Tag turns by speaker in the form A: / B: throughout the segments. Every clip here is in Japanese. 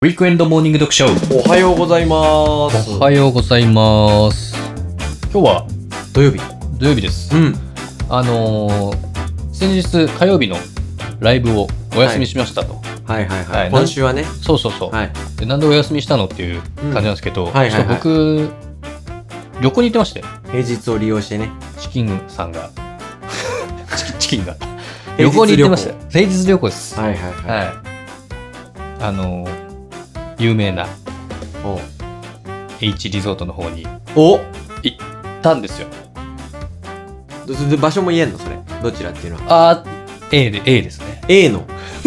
A: ウィークエンドモーニング読書
B: おはようございます。
A: おはようございます。今日は
B: 土曜日。
A: 土曜日です。
B: うん。
A: あのー、先日火曜日のライブをお休みしましたと。
B: はいはい
A: は
B: はいい。今週はね。
A: そうそうそう、
B: はい。
A: で。なんでお休みしたのっていう感じなんですけど、
B: んはいはいはい
A: ちょっと僕、旅行に行ってまして、
B: 平日を利用してね。
A: チキンさんが。 チキンチキンが。
B: 平
A: 旅
B: 日
A: 行に行ってました。平日旅行です。
B: はいはいはい。
A: はい。あのー、有名な H リゾートの方に行っ
B: おお
A: たんですよ。
B: どど場所も言えんのそれ。どちらっていうのは。
A: あー、A で、A ですね。
B: A の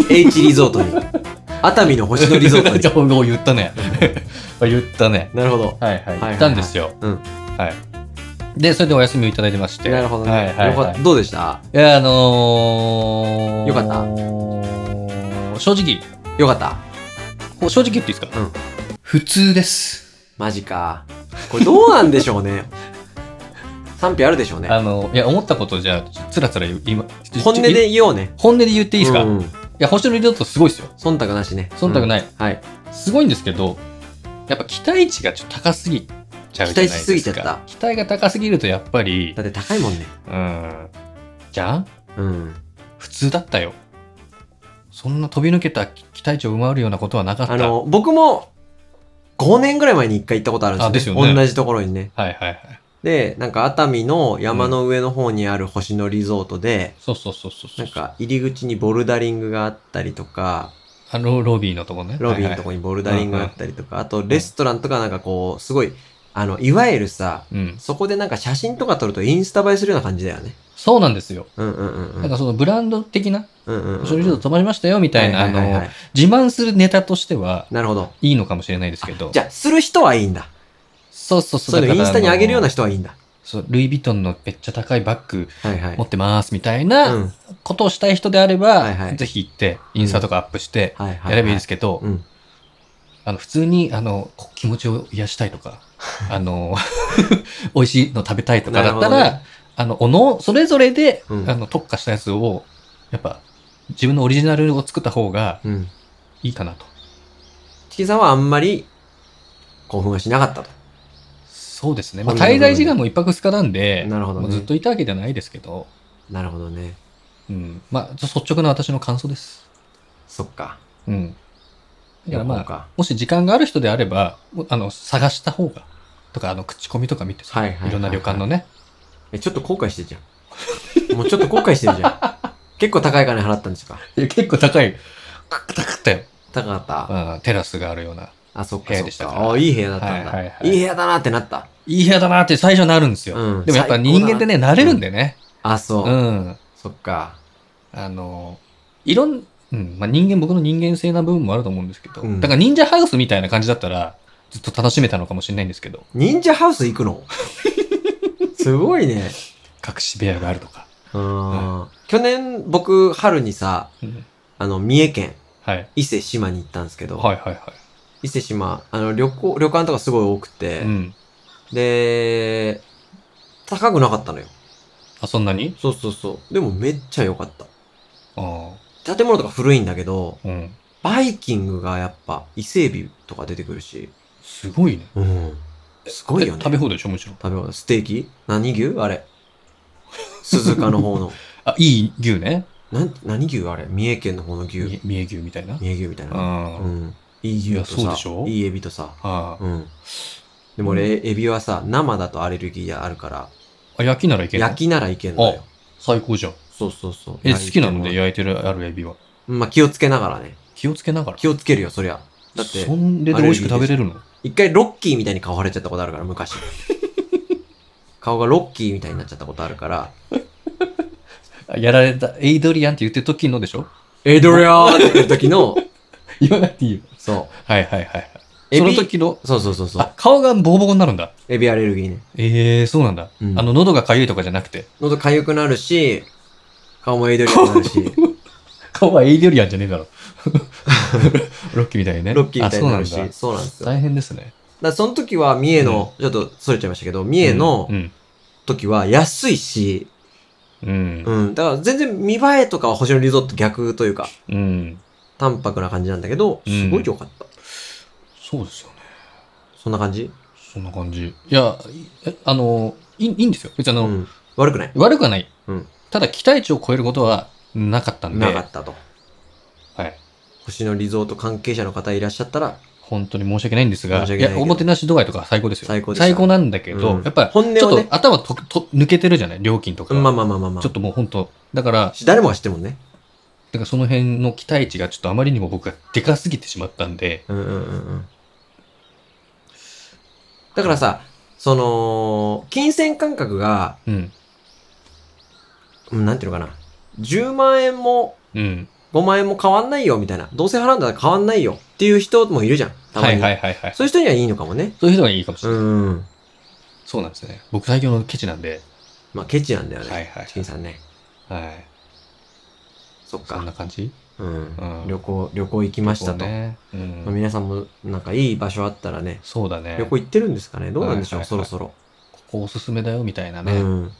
B: H リゾート に。熱海の星野リ ゾート
A: じゃ
B: に。
A: あおお言ったね。言ったね。
B: なるほど。
A: はいはい。
B: いはい
A: 行ったんですよ。
B: うん
A: はい。で、それでお休みをいただいてまして。
B: なるほどね。
A: はいはい、
B: よか
A: は
B: っ
A: い。
B: た。どうでした
A: いや、あのー、
B: よかった
A: た正直、
B: よかった。
A: こう正直言っていいですか、
B: うん
A: 普通です。
B: マジか。これどうなんでしょうね。 賛否あるでしょうね。
A: あの、いや、思ったことをじゃあ、ちょつらつら言う今、ちょ
B: 本音。
A: ちょ
B: で言おうね。
A: 本音で言っていいですか、
B: う
A: い
B: んうん
A: や、星野リゾートすごいですよ。
B: 忖度なしね。
A: 忖度
B: い。
A: ない。
B: はい。
A: すごいんですけど、やっぱ期待値がちょっと高すぎちゃうじゃないですか。
B: 期待しすぎちゃった
A: 期待が高すぎると、やっぱり、
B: だって高いもんね。
A: うん。じゃん
B: うん。
A: 普通だったよ。そんな飛び抜けた期待値を上回るようなことはなかった。
B: あの、僕も、5年ぐらい前に一回行ったことあるんですよ、
A: あですよね
B: 同じところにね。
A: はいはいはい。
B: で、なんか熱海の山の上の方にある星野リゾートで、
A: そうそうそうそうそう。
B: なんか入り口にボルダリングがあったりとか、
A: あの、ロビーのとこね。
B: ロビーのと
A: こ。
B: こにボルダリングがあったりとか、あとレストランとかなんかこう、すごい、あの、いわゆるさ、
A: うん。
B: そこでなんか写真とか撮るとインスタ映えするような感じだよね。
A: そうなんですよ。
B: うんうんうんうん。
A: なんかそのブランド的な、
B: うんうんうん。
A: それちょっと止まりましたよみたいな、あ
B: はははは
A: の
B: い、
A: 自慢するネタとしては、
B: なるほど。
A: いいのかもしれないですけど。
B: じゃあ、する人はいいんだ。
A: そうそうそう。
B: そういうのインスタに上げるような
A: 人。
B: 人はいいんだ。
A: そう、ルイ・ヴィトンのめっちゃ高いバッグ
B: はいはい。
A: 持。ってますみたいうなんことをしたい人であれ
B: はいは
A: ば、
B: い
A: ぜひ行って、インスタとかアップして、
B: はいはい。
A: やればいいです
B: け
A: けど、
B: うん。
A: あの普通にあのこ気持ちを癒したいと か、あの 美味しいの食べたいとかだった
B: なる
A: ら、
B: ほど
A: あのおのそれぞれで、
B: うん
A: あの特化したやつをやっぱ自分のオリジナルを作った方が
B: うん。
A: いいかなと。
B: チキさんはあんまり興奮はしなかったと。
A: そうですね。まあ、
B: なるほど
A: 滞在時間も一泊二日なんで、
B: なるほどね
A: もうずっといたわけじゃないですけど、
B: なるほどね。
A: うん、まあちょ率直な私の感想です。
B: そっか。
A: うん。だからま
B: 旅行
A: あ
B: か
A: もし時間がある人であれば、もうあの探した方がとかあの口コミとか見てさ、
B: はいはいはいはい
A: いろんな旅館のね。
B: え、ちょっと後悔してるじゃん。 もうちょっと後悔してるじゃん。 結構高い金払ったんですか
A: いや結構高い。高かったよ。
B: 高かった。
A: うん、テラスがあるような。
B: あ、そっ
A: 部
B: か
A: 屋
B: そ
A: で
B: っ
A: した
B: か
A: か。ら
B: あ、いい部屋だったん
A: はいはい
B: だ。
A: はい
B: いい部屋だなってなった。
A: いい部屋だなって最初なるんですよ。
B: うん
A: でもやっぱ人間ってね、慣れるんでね。
B: あ、そうう。
A: ん。
B: そっか。
A: あの、いろん、うん、まあ、人間、僕の人間性な部分もあると思うんですけど、
B: うん
A: だから忍者ハウスみたいな感じだったら、ずっと楽しめたのかもしれないんですけど、
B: 忍者ハウス行 くのすごいね。
A: 隠し部屋があるとか。
B: うん。去年僕、春にさ、
A: うん
B: あの、三重県、
A: はい。
B: 伊勢島に行ったんですけど、
A: はいはいは
B: 伊勢島、あの、旅行、旅館とかすごい多くて、
A: い。うん。
B: で、高くなかったのよ。
A: あ、そんなに
B: そうそうそう。でもめっちゃ良かった。
A: あ
B: 建物とか古いんだけど、
A: あ。うん。
B: バイキングがやっぱ伊勢海老とか出てくるし。
A: すごいね。
B: うん。すごいよ
A: え
B: ね。
A: 食べ放題でしょ、もちろん。
B: 食べ放題ステーキ何牛あれ。鈴鹿の方の。
A: あ、いい牛ね。
B: なん何牛あれ三重県の方の牛。
A: み三重牛みたいな。
B: 三重牛みたいな。
A: あ
B: う
A: ー
B: ん。いい
A: い
B: 牛
A: や
B: とさ、
A: そうでしょ
B: いいエビとさ。
A: あー。
B: うん。でも俺、エビはさ、生だとアレルギーがあるから、
A: あ、焼きならいける
B: 焼きならいけんのよ。
A: 最高じゃん。
B: そうそうそう。
A: え、好きなので
B: 焼いて
A: 焼いてるあるエビは。
B: もまあ気をつけながらね。
A: 気をつけながら。
B: 気をつけるよ、そりゃ。だって
A: そ、んでで美味しく食べれるの
B: 一回ロッキーみたいに顔腫れちゃったことあるか ら、昔。顔がロッキーみたいになっちゃったことあるから、
A: やられた、エイドリアンって言ってる時のでしょ
B: エドリアンって言う時 の、
A: 言わなくていいよ。
B: そ
A: はいはいはい。
B: う。エ
A: その
B: ビ、
A: 時の、
B: そうそうそうそう。
A: あ、顔がボコボコになるんだ。
B: エビアレルギーね。
A: ええー、そうなんだ。
B: うん
A: あの、喉が痒いとかじゃなくて。
B: 喉痒くなるし、顔もエイドリアンになるし、
A: 顔はエイドリアンじゃねえだ ろ。ロッキーみたいにね。
B: ロッキーみたいになるし
A: あそう、なんだ
B: そうなんですよ。だか
A: 大変ですね。
B: らその時は、三重の、ちょっとそれちゃいましたけど、三重の
A: うん。うん
B: 時は安いし、
A: うん。
B: うん。だから全然見栄えとかは星野リゾート逆というか、
A: うん。
B: 淡白な感じなんだけど、すごい良かった。
A: そうですよね。
B: そんな感じ
A: そんな感じ。いや、いえあの、いいいいんですよ。別にあ
B: う
A: の、
B: ん。悪くない
A: 悪くはない。
B: うん
A: ただ、期待値を超えることはなかったんで、
B: なかったと。
A: はい。
B: 星野リゾート関係者の方いらっしゃったら、
A: 本当に申し訳ないんですが、
B: 申し
A: い
B: 訳ないけ
A: や、
B: ど
A: おもてなし度合いとか最高ですよ。
B: 最高でした
A: 最高なんだけど、
B: うん
A: やっぱり、
B: 本音をね
A: ちょっと頭とと抜けてるじゃない料金とか。
B: まあまあまあまあまあ。
A: ちょっともう本当、だから、
B: 誰もが知ってるもんね。
A: だからその辺の期待値がちょっとあまりにも僕がでかすぎてしまったんで、
B: うんうんうんうん。だからさ、その、金銭感覚が、
A: うん、
B: うんなんていうのかな。10万円も
A: うん。
B: 5万円も変わんないよ、みたいな。どうせ払うんだったら変わんないよ、っていう人もいるじゃん。たま
A: は
B: に。
A: いはいはいはい。
B: そういう人にはいいのかもね。
A: そういう人がいいかもし
B: う
A: れない。
B: ん。
A: そうなんですね。僕最強のケチなんで、
B: まあ、ケチなんだよね。
A: はいはい
B: チキンさんね。
A: はい。
B: そっ
A: そん
B: か。
A: な感じ
B: うん
A: うん。
B: 旅行、旅行行きましたと。
A: ね。う
B: まあ
A: ん。
B: 皆さんも、なんかいい場所あったらね、
A: そうだね。
B: 旅行行ってるんですかね。どうなんでしょう、
A: はい
B: そ
A: はいは
B: ろ
A: い
B: そろ。
A: ここおすすめだよみたいな
B: う
A: ね。
B: ん。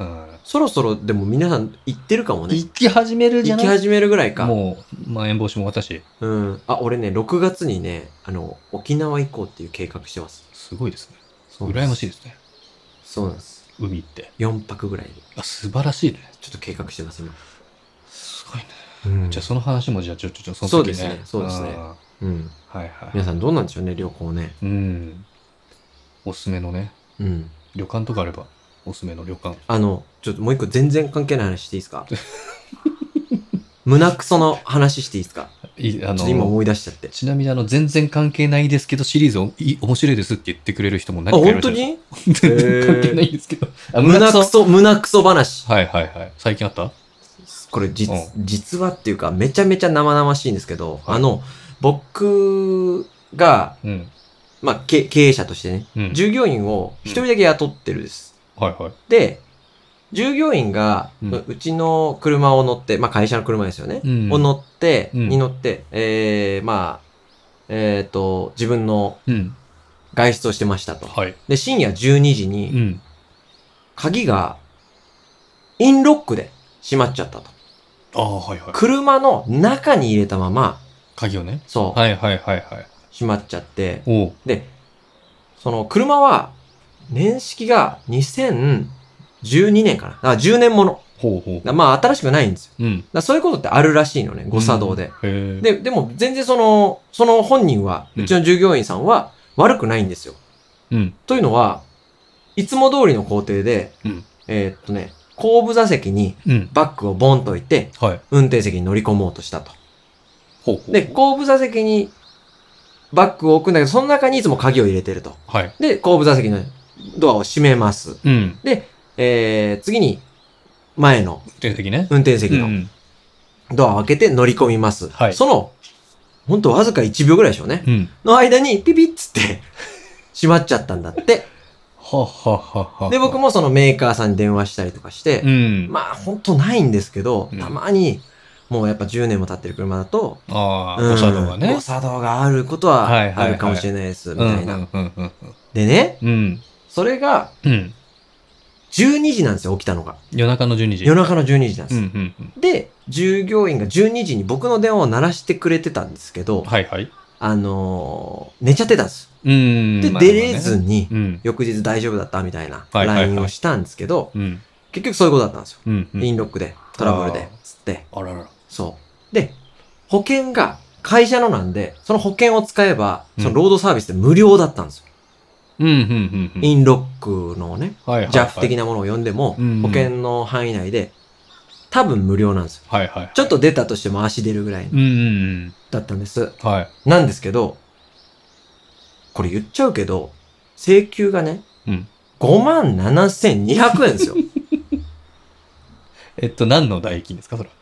A: うん。
B: そろそろ、でも皆さん行ってるかもね。
A: 行き始めるじゃ
B: 行
A: ない
B: き始めるぐらいか。
A: もう、まん延防止も私、
B: うん。あ、俺ね、6月にね、あの、沖縄行こうっていう計画してます。
A: すごいですね。
B: そうなん
A: 羨
B: です
A: ましいですね。
B: そうなんです。
A: 海って。
B: 4泊ぐらいに。
A: あ、素晴らしいね。
B: ちょっと計画してます、今。
A: すごいね。
B: うん
A: じゃあその話も、じゃあちょっと、ちょっとそ
B: そ
A: の
B: う
A: 時
B: で
A: ね。
B: すねそうですね
A: ん
B: うん。
A: はいはい。
B: 皆さんどうなんでしょうね、旅行ね。
A: うん。おすすめのね、
B: うん。
A: 旅館とかあれば、おすすめの旅館。
B: あの、ちょっともう一個全然関係ない話していいですか 胸くその話していいですか
A: いあ
B: ちょっと今
A: の
B: 思い出しちゃって。
A: ちなみにあの全然関係ないですけどシリーズおい面白いですって言ってくれる人も
B: あ、
A: 何かいら
B: 本
A: っしゃ
B: 当
A: る
B: に
A: 全然関係ないんですけど。あ、胸
B: 胸
A: く
B: く
A: そ。
B: そ、胸くそ話。
A: はいはいはい。最近あった
B: これ実、
A: う
B: 実はっていうか、めちゃめちゃ生々しいんですけど、
A: はい
B: あの、僕が、
A: うん。
B: まあ、け経営者としてね、
A: うん。
B: 従業員を一人だけ雇ってるです。
A: はいはい。
B: で、従業員が、
A: う
B: うんちの車を乗って、まあ、会社の車ですよね。
A: うん
B: を乗って、
A: うん
B: に乗って、えー、まあ、えっ、と、自分の
A: うん。
B: 外出をしてましたと。
A: はい。
B: で、深夜12時
A: う
B: に、
A: ん。
B: 鍵が、インロックで閉まっちゃったと。
A: ああ、はいはい。
B: 車の中に入れたまま、
A: 鍵をね。
B: そう、
A: はいはいはいはい。
B: 閉まっちゃって、
A: おう。
B: で、その車は、年式が2012年かな。だから10年もの。
A: ほうほ
B: だまあ新しくないんですよ。だか
A: う。うん。
B: らそういうことってあるらしいのね、誤作動で。
A: うん。へえ。
B: で、でも全然その、その本人は、
A: うん
B: うちの従業員さんは悪くないんですよ。
A: うん。
B: というのは、いつも通りの工程で、
A: うん
B: えーっとね、後部座席に
A: うん。
B: バッグをボンと置いて、
A: はい。
B: 運転席に乗り込もうとしたと。
A: ほうほう。
B: で、後部座席にバッグを置くんだけど、その中にいつも鍵を入れてると。
A: はい。
B: で、後部座席のドアを閉めます。
A: うん。
B: えー、次に、前の
A: 定的ね。
B: 運転席
A: う
B: の
A: ん。
B: ドアを開けて乗り込みます。
A: はい
B: その、ほんとわずか1秒ぐらいでしょうね。
A: うん。
B: の間にピピッつって 閉まっちゃったんだって。
A: はははは。
B: で、僕
A: も。
B: もそのメーカーさんに電話したりとかして、
A: うん。
B: まあほんとないんですけど
A: う、ん
B: たまに、もうやっぱ10年も経ってる車だと、
A: ああ、
B: うん
A: 誤作動がね
B: 誤。作動があること
A: はいはい
B: は
A: はい
B: あるかもしれないです、み
A: うん
B: た
A: う
B: い
A: ん
B: な。
A: うんうん
B: でね、
A: うん。うん。
B: それが
A: うん。
B: 12時なんですよ、起きたのが。
A: 夜中の12時。
B: 夜中の12時なんです
A: う。んうんうん。
B: で、従業員が12時に僕の電話を鳴らしてくれてたんですけど、
A: はいはい。
B: あのー寝ちゃってたんです。
A: うん。
B: で、
A: まあ
B: 出れず。に、
A: うん。
B: 翌日大丈夫だったみたいな
A: はいはいはい
B: LINE をしたんですけど、
A: うん。
B: 結局そういうことだったんですよ。
A: うん。う
B: イ
A: ん。
B: ンロックで、トラブル
A: あー
B: で、つって。
A: あららら。
B: そう。で、保険が会社のなんで、その保険を使えば、
A: うん
B: そのロードサービスで無料だったんですよ。
A: うんうんうんうん。
B: インロックのね、
A: はいはいはい。
B: JAF 的なものを呼んでも、
A: うん
B: 保険の範囲内で、多分無料なんですよ。
A: はいはい。
B: ちょっと出たとしても足出るぐらい
A: うんうん
B: だったんです。
A: うん。はい。
B: なんですけど、これ言っちゃうけど、請求がね、
A: うん
B: 5万7200円です よ。
A: えっと、何の代金ですか、それは。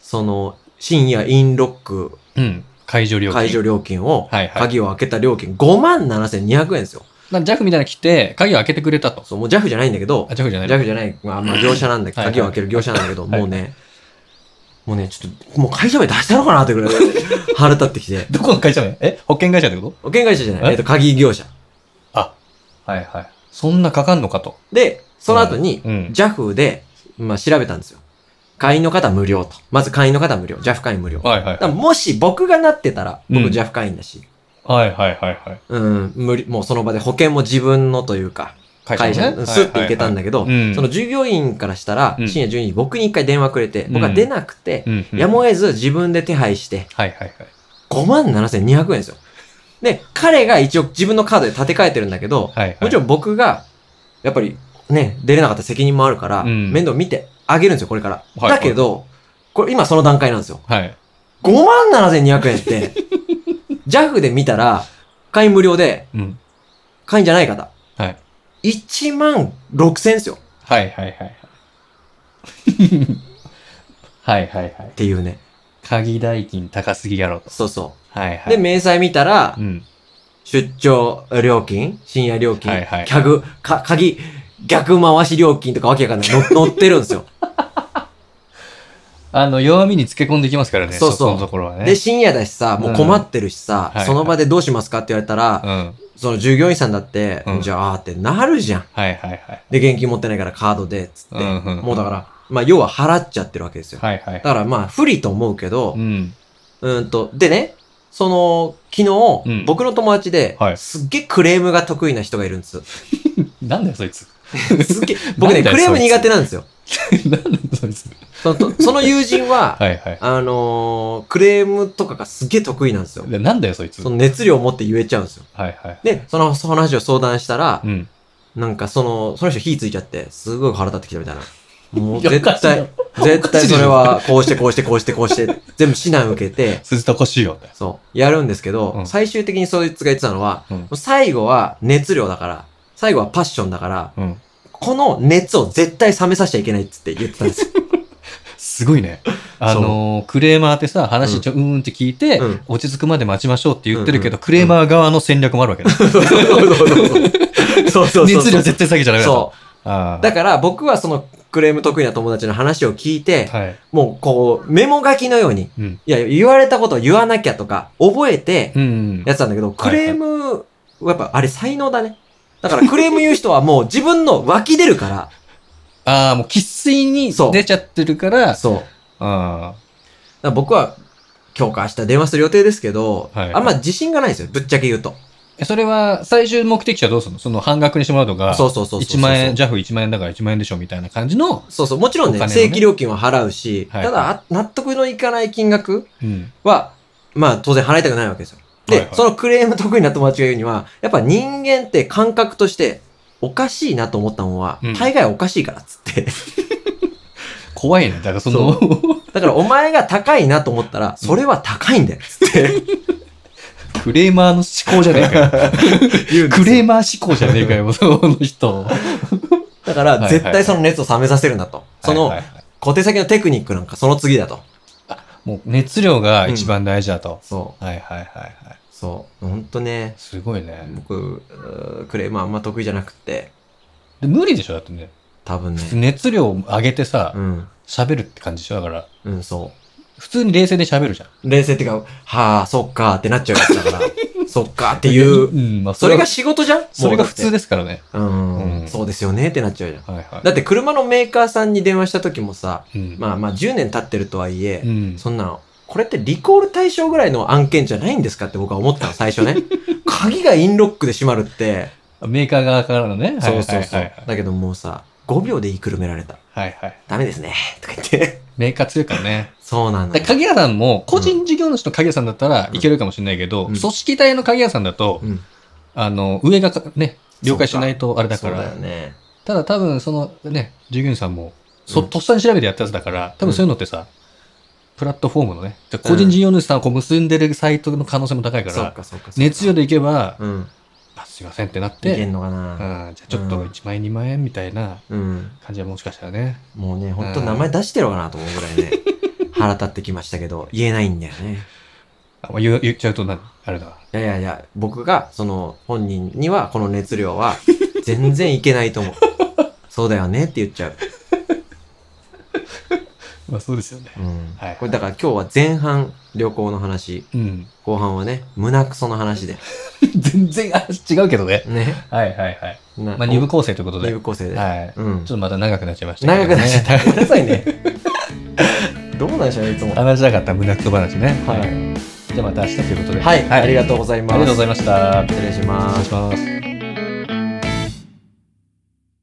B: その、深夜インロック
A: うん。解除料金。
B: 解除料金を、
A: はいはい
B: 鍵を開けた料金5万7200円ですよ。
A: な JAF みたいなの来て、鍵を開けてくれたと。
B: そう、もう JAF じゃないんだけど
A: あ、、JAF じゃない。
B: JAF じゃない、まあ、まあ業者なんだけど、
A: はいはい
B: 鍵を開ける業者なんだけど、
A: はい
B: もうね、もうね、ちょっと、もう会社名出したのかなってぐらい 腹立ってきて。
A: どこの会社名え保険会社ってこと
B: 保険会社じゃな
A: え
B: い、えっと、鍵業者。
A: あ、はいはい。そんなかかんのかと。
B: で、その後に、
A: うん。
B: JAF で、まあ、調べたんですよ。会員の方無料と。まず会員の方無料。JAF 会員無料。だか
A: はいはい。
B: らもし僕がなってたら、
A: う
B: 僕
A: ん
B: JAF 会員だし、
A: はいはいはいはい。
B: うん、無理、もうその場で保険も自分のというか、会社、
A: の
B: スッて行けたんだけど、
A: はいはいはいうん
B: その従業員からしたら、
A: うん
B: 深夜12時、僕に一回電話くれて、僕は出なくて、
A: うんうん
B: やむを得ず自分で手配して、
A: はいはいはい。
B: 57,200円ですよ。で、彼が一応自分のカードで立て替えてるんだけど、
A: はいはい。
B: もちろ
A: ん。
B: ん僕が、やっぱりね、出れなかった責任もあるから、
A: うん
B: 面倒見てあげるんですよ、これから。
A: はい
B: だけど、これ今その段階なんですよ。
A: はい。
B: 57,200 円って、JAF で見たら、会員無料で、
A: うん。
B: 会員じゃない方。
A: はい。
B: 1万6000円ですよ。っ
A: はいはいはい はい。はいはいはい。
B: ていうね。
A: 鍵代金高すぎやろと。
B: そうそ
A: はいは
B: う。
A: い。
B: で、明細見たら
A: う、ん。
B: 出張料金、深夜料金、
A: はいはい
B: キャグ、か、鍵、逆回し料金とかわけ わかんない。の乗ってるんですよ。
A: あの、弱みにつけ込んでいきますからね。
B: そうそう
A: そこのところはね。
B: で、深夜だしさ、もう困ってるし
A: うん
B: さ
A: はいは、い
B: その場でどうしますかって言われたら
A: う、ん。
B: その従業員さんだって
A: う、ん
B: じゃああーってなるじゃん。
A: はいはいはい。
B: で、現金持ってないからカードで、つっ
A: う
B: て。
A: んうん
B: もうだから、まあ、要は払っちゃってるわけですよ。
A: はいはい
B: だ。からまあ、不利と思うけど
A: う、ん。
B: うんと、でね、その、昨日、
A: うん
B: 僕の友達で、
A: はい
B: すっげえクレームが得意な人がいる んです。
A: なんだよ、そいつ。
B: すっげえ、僕
A: な
B: ね、
A: んだよ
B: クレーム
A: そいつ
B: 苦手なんですよ。
A: なんだよ、そいつ。
B: そのとその友人は、
A: はいはい。
B: あのークレームとかがすっげえ得意なんですよ。
A: でなんだよ、そいつ。
B: そ
A: はい
B: の熱量を持って言えちゃうんですよ。
A: はい。
B: で、その、その話を相談したら
A: う、ん。
B: なんかその、その人火ついちゃって、すごい腹立ってきたみたいな。もう
A: いや
B: 絶対、絶対それは、こうしてこうしてこうしてこうして、全部指南受けて、
A: 鈴田こしいよ。
B: そう、やるんですけど、
A: うん
B: 最終的にそいつが言ってたのは、
A: うん
B: もう最後は熱量だから、最後はパッションだから、
A: うん。
B: この熱を絶対冷めさせちゃいけないっつって言ってた んですよ。
A: すごい ね。あのークレーマーってさ、話ちょ、うーんって聞いて、
B: うん
A: 落ち着くまで待ちましょうって言ってるけ
B: うんう
A: ど、
B: ん
A: クレーマー側の戦略もあ るわけだ。
B: そうそうそうそう。そうそうそう。
A: 熱量絶対下げちゃダメだと。
B: そう。
A: あー
B: だから僕はそのクレーム得意な友達の話を聞いて、
A: はい。
B: もうこう、メモ書きのように、
A: うん。
B: いや、言われたことを言わなきゃとか、覚えて
A: うん。
B: やってたんだけど、ク
A: はいはい
B: レーム、やっぱあれ才能だね。だからクレーム言う人はもう自分の湧き出るか
A: ああ、もう生粋に
B: そう、
A: 出ちゃってるから ら、
B: そう。だか
A: あ
B: ら僕は、今日か明日電話する予定ですけど、
A: はい
B: あんま自信がないんですよ、ぶっちゃけ言うと。
A: あ。それは、最終目的地はどうするのその半額にしてもらうとか、
B: そうそうそうそうそ
A: 1
B: う。
A: 万円、JAF1 万円だから1万円でしょみたいな感じの、
B: そうそう。もちろんね、
A: お金のね
B: 正規料金は払うし、
A: はい
B: ただ、あ納得のいかない金額
A: うん。
B: は、まあ当然払いたくないわけですよ。で、
A: はいはい
B: そのクレーム得意な友達が言うには、やっぱ人間って感覚として、おかしいなと思ったもんは、
A: うん
B: 大概おかしいからっつって。
A: 怖いね。だからその、
B: だからお前が高いなと思ったら、それは高いんだよっつって
A: クレーマーの思考じゃねえかよ。
B: 言うんですよ
A: クレーマー思考じゃねえか よ、その人。
B: だか
A: はいはい
B: ら
A: はい
B: 絶対その熱を冷めさせるんだと。そ
A: はい
B: の
A: はいはい
B: 小手先のテクニックなんかその次だと。
A: もう熱量が一番大事だと。
B: そ
A: はいはいはいはい。
B: う。そう。ほんとね、
A: すごいね。
B: 僕、うークレームあんま得意じゃなくて、
A: で無理でしょだってね。
B: 多分ね。
A: 熱量を上げてさ
B: う、ん。
A: 喋るって感じでしょだから、
B: うん、そう。
A: 普通に冷静で喋るじゃん。っ
B: 冷静っていうか、はあ、そっかーってなっちゃうやつ だから、そっかーっていう。
A: ん、まあ
B: それ
A: は
B: が仕事じゃん
A: それが普通
B: で。
A: ですからね。
B: うん、
A: うん
B: そうですよねってなっちゃうじゃん。
A: はいはい。
B: だって車のメーカーさんに電話した時もさ、
A: うん
B: まあまあ10年経ってるとはいえ、
A: うん
B: そんなの、これってリコール対象ぐらいの案件じゃないんですかって僕は思ったの、最初ね。 鍵がインロックで閉まるって、
A: メーカー側からのね。
B: そうそうそ
A: は
B: う。
A: いはいはい
B: だけどもうさ、5秒で言いくるめられた。
A: はいはい。
B: ダメですね。とか言って。
A: メーカー強いからね。
B: そうなんだ
A: だ
B: よ。
A: 鍵屋さんも、個人事業主の鍵屋さんだったら
B: うん
A: いけるかもしれないけど、
B: うん
A: 組織体の鍵屋さんだと、
B: うん
A: あの、上がかね、了解しないとあれだか
B: そうだ
A: ら
B: よ、ね。
A: ただ多分そのね、従業員さんも、
B: う
A: そ、
B: ん
A: とっさに調べてやったやつだから、多分そういうのってさ、プラットフォームのね、だから個人事業主さんをこう結んでるサイトの可能性も高いか
B: そ
A: ら
B: っ、かそっかそっか。
A: 熱量でいけば、
B: うん。
A: あ、すいませんってなっ
B: いけ
A: て、
B: んのかな
A: うん、じゃあちょっと1万円、2万円みたいな
B: うん。
A: 感じはもしかしたらね。
B: もうね、ほんと名前出してるかなと思うぐらい ね、腹立ってきましたけど、言えないんだよね。
A: あまあ言う言っちゃうとな、あれだわ。
B: いやいやいや、僕が、その、本人には、この熱量 は、全然いけないと思う。そうだよねって言っちゃう。
A: まあそうですよね。
B: うん。
A: はい
B: これだから今日は前半、旅行の話、
A: うん。
B: 後半はね、胸クソの話で。
A: 全然あ違うけどね。
B: ね。
A: はいはいはい。
B: な
A: まあ、二部構成ということで。
B: 二部構成で。
A: はい。ち
B: う
A: ょ
B: ん
A: っ。とまた長くなっちゃいましたけ
B: 長
A: どね、
B: くなっちゃった。ごめん なさいね。どうなんでしょうね、いつも。
A: 話したかった胸くそ話ね。
B: はい。
A: じゃあまた明日ということで。
B: はい、ありが
A: と
B: とうございうます。
A: ありがとうございました。
B: 失礼し
A: 失
B: ま
A: 礼
B: す
A: し。ます。